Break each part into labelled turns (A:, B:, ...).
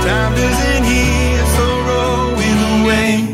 A: Time doesn't heal, so rolling away.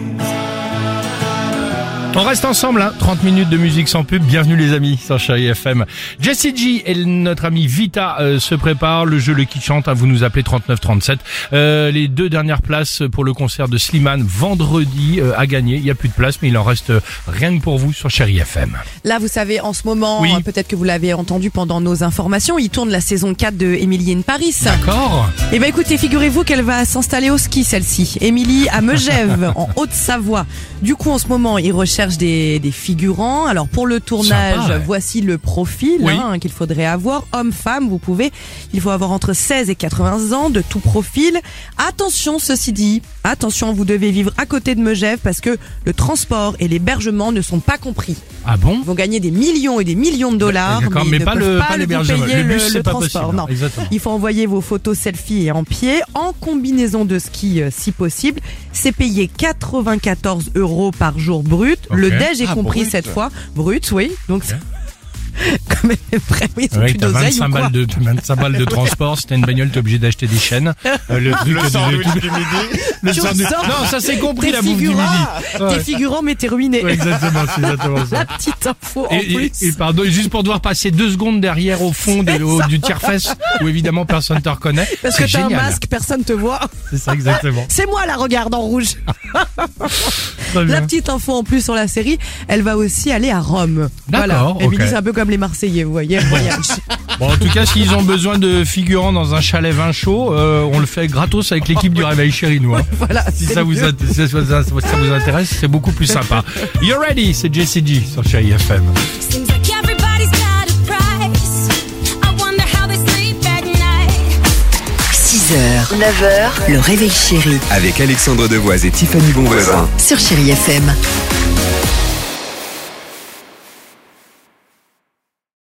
B: On reste ensemble, hein. 30 minutes de musique sans pub. Bienvenue les amis sur Chérie FM. Jessie G et notre ami Vita euh, se préparent. Le jeu Le Qui Chante, hein, vous nous appelez 3937. Euh, les deux dernières places pour le concert de Slimane vendredi euh, à gagner. Il n'y a plus de place, mais il en reste euh, rien que pour vous sur Chérie FM.
C: Là, vous savez, en ce moment,
B: Oui.
C: euh, peut-être que vous l'avez entendu pendant nos informations, il tourne la saison 4 de Emily in Paris.
B: D'accord
C: Eh ben écoutez, figurez-vous qu'elle va s'installer au ski, celle-ci. Émilie à Megève, en Haute-Savoie. Du coup, en ce moment, ils recherchent des, des figurants. Alors, pour le tournage,
B: Sympa, ouais.
C: voici le profil
B: Oui.
C: hein, qu'il faudrait avoir. Homme, femme, vous pouvez. Il faut avoir entre 16 et 80 ans, de tout profil. Attention, ceci dit, attention, vous devez vivre à côté de Megève parce que le transport et l'hébergement ne sont pas compris
B: Ah bon
C: vont gagner des millions et des millions de dollars,
B: D'accord,
C: mais,
B: mais
C: ne
B: pas
C: peuvent
B: le-
C: pas,
B: pas
C: le vous
B: l'hébergement.
C: payer
B: Le bus,
C: le,
B: c'est
C: le
B: pas
C: transport.
B: possible,
C: non.
B: exactement.
C: Il faut envoyer vos photos selfie et en pied, en combinaison de ski euh, si possible. C'est payé 94 euros par jour brut.
B: Ok.
C: Le déj est
B: Ah,
C: compris
B: brut.
C: cette fois. Brut, oui. Donc, c'est quand même vrai, oui, ils ont
B: Ouais,
C: plus
B: t'as
C: d'oseille
B: 25
C: ou quoi
B: balles de, t'as 25 balles de transport, si t'as une bagnole, t'es obligé d'acheter des chaînes. Euh, le truc de- le
C: Tu
B: sandwich-
C: ressors-
B: Non, ça c'est compris
C: T'es
B: la bouffe du midi.
C: figurant,
B: Ouais.
C: t'es figurant, mais t'es ruiné.
B: Ouais, exactement, c'est exactement ça.
C: La petite info en
B: Et, et-
C: plus.
B: et pardon, et juste pour devoir passer deux secondes derrière au fond de- au- du tire-fesse où évidemment personne te reconnaît.
C: Parce
B: c'est
C: que t'as un
B: génial.
C: masque, personne te voit.
B: C'est ça exactement.
C: C'est moi la regarde en rouge. La
B: Très bien.
C: petite info en plus sur la série, elle va aussi aller à Rome.
B: D'accord,
C: Voilà. Émilie,
B: ok.
C: c'est un peu comme les Marseillais, vous voyez, elle voyage.
B: Bon, en tout cas, s'ils ont besoin de figurants dans un chalet vin chaud, euh, on le fait gratos avec l'équipe du Réveil Chéri, nous. hein.
C: voilà.
B: Si
C: c'est
B: ça
C: le
B: vous,
C: mieux.
B: int- si ça vous int- si ça vous intéresse, c'est beaucoup plus sympa. You're ready, c'est JCG sur Chéri FM.
D: Seems like everybody's got a price. I wonder how they sleep at night.
E: 6h, 9h, le réveil chéri
F: Avec Alexandre Devoise et Tiffany Bonvoisin.
E: sur Chérie FM.